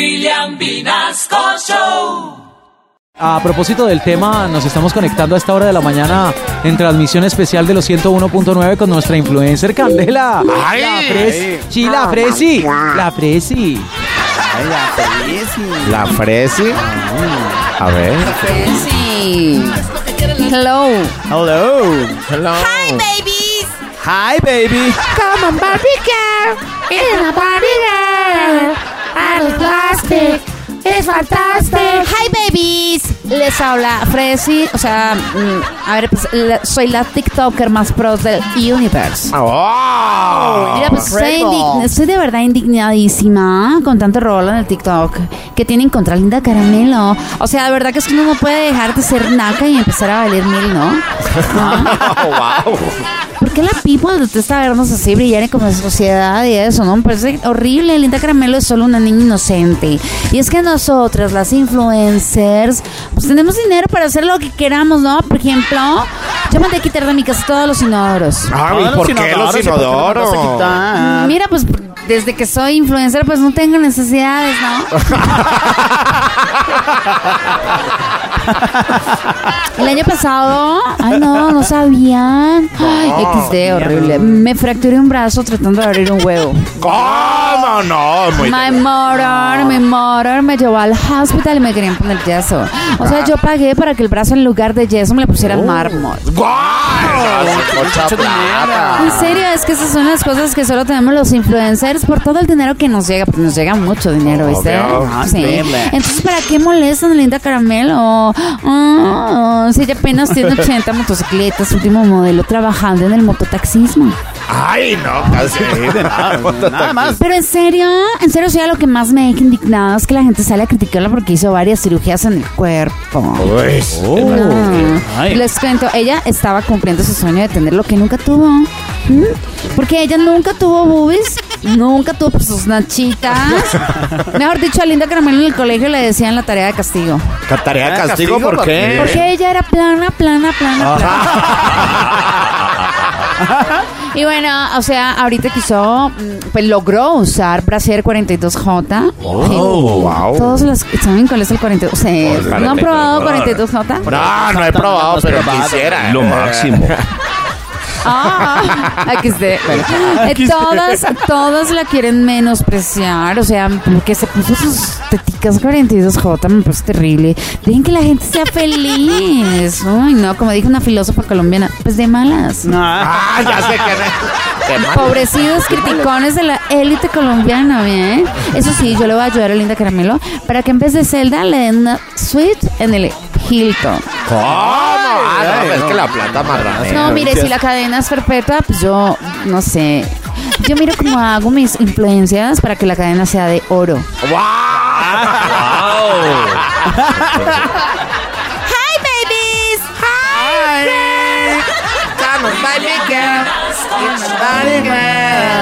William Vinasco Show. A propósito del tema, nos estamos conectando a esta hora de la mañana en transmisión especial de los 101.9 con nuestra influencer Candela. ¡Ay! La Fres, sí, la Fresi, la Fresi. La Fresi. A ver. Sí. Hello. Hello. Hello. Hi, Babies. baby. Come on, Barbie girl. It's a Barbie girl. I'm plastic. It's fantastic. Hi, babies. Les habla Fresi. O sea, mm, a ver, pues la- soy la TikToker más pro del universe. Ah, Oh, Mira, pues estoy, indign- estoy de verdad indignadísima con tanto rolo en el TikTok que tienen contra Linda Caramelo. O sea, de verdad que es que uno no puede dejar de ser naca y empezar a valer mil, ¿no? Oh, wow. ¿Por qué la people detesta vernos así brillar como sociedad y eso, no? Me parece horrible. Linda Caramelo es solo una niña inocente. Y es que nosotras, las influencers, pues tenemos dinero para hacer lo que queramos, ¿no? Por ejemplo, yo mandé a quitar de mi casa todos los inodoros. Ay, Ah, ¿por qué los inodoros? Mira, pues desde que soy influencer, pues no tengo necesidades, ¿no? El año pasado, ay no, no sabían. Ay, XD, horrible. Me fracturé un brazo tratando de abrir un huevo. ¿Cómo no? Muy My motor, mi motor me llevó al hospital y me querían poner yeso. O sea, yo pagué para que el brazo en lugar de yeso me le Oh. pusieran mármol. ¡Guau! Ah, Mucha plata. En serio, es que esas son las cosas que solo tenemos los influencers por todo el dinero que nos llega, porque nos llega mucho dinero, ¿viste? Ah, Obvio. Sí. Entonces, ¿para qué molestan a Linda Caramelo? Ah, si ella apenas tiene 80 motocicletas, último modelo, trabajando en el mototaxismo. Ay, no, casi. Nada más. Pero en serio, en serio, o sea, lo que más me deja indignado es que la gente sale a criticarla porque hizo varias cirugías en el cuerpo. Pues, Oh, No. Les cuento, ella estaba cumpliendo su sueño de tener lo que nunca tuvo. ¿Mm? Porque ella nunca tuvo boobies, nunca tuvo pues, sus nachitas. Mejor dicho, a Linda Caramelo en el colegio le decían la tarea de castigo. ¿Tarea de castigo por qué? Porque ella era plana, plana, plana, plana. Y bueno, o sea, ahorita quiso, mm, pues logró usar brasier 42J. Oh, wow. Todos los saben cuál es el 42. O sea, ¿no han probado 42J? No, no he probado, pero quisiera. ¿eh? Lo máximo. Ah, aquí esté. Bueno, eh, todas, todas la quieren menospreciar. O sea, porque se puso sus teticas 42J, me parece terrible. Dejen que la gente sea feliz. Uy, no, como dijo una filósofa colombiana, pues de malas. Ah, ya sé que Empobrecidos criticones de la élite colombiana, ¿bien? Eso sí, yo le voy a ayudar a Linda Caramelo para que en vez de Zelda le den una suite en el Hilton. ¿Cómo? Ah, no, es que la plata marranera. No, mire, si la cadena es perpetua, pues yo no sé. Yo miro cómo hago mis influencias para que la cadena sea de oro. ¡Wow! ¡Hi, babies! Vinasco Show.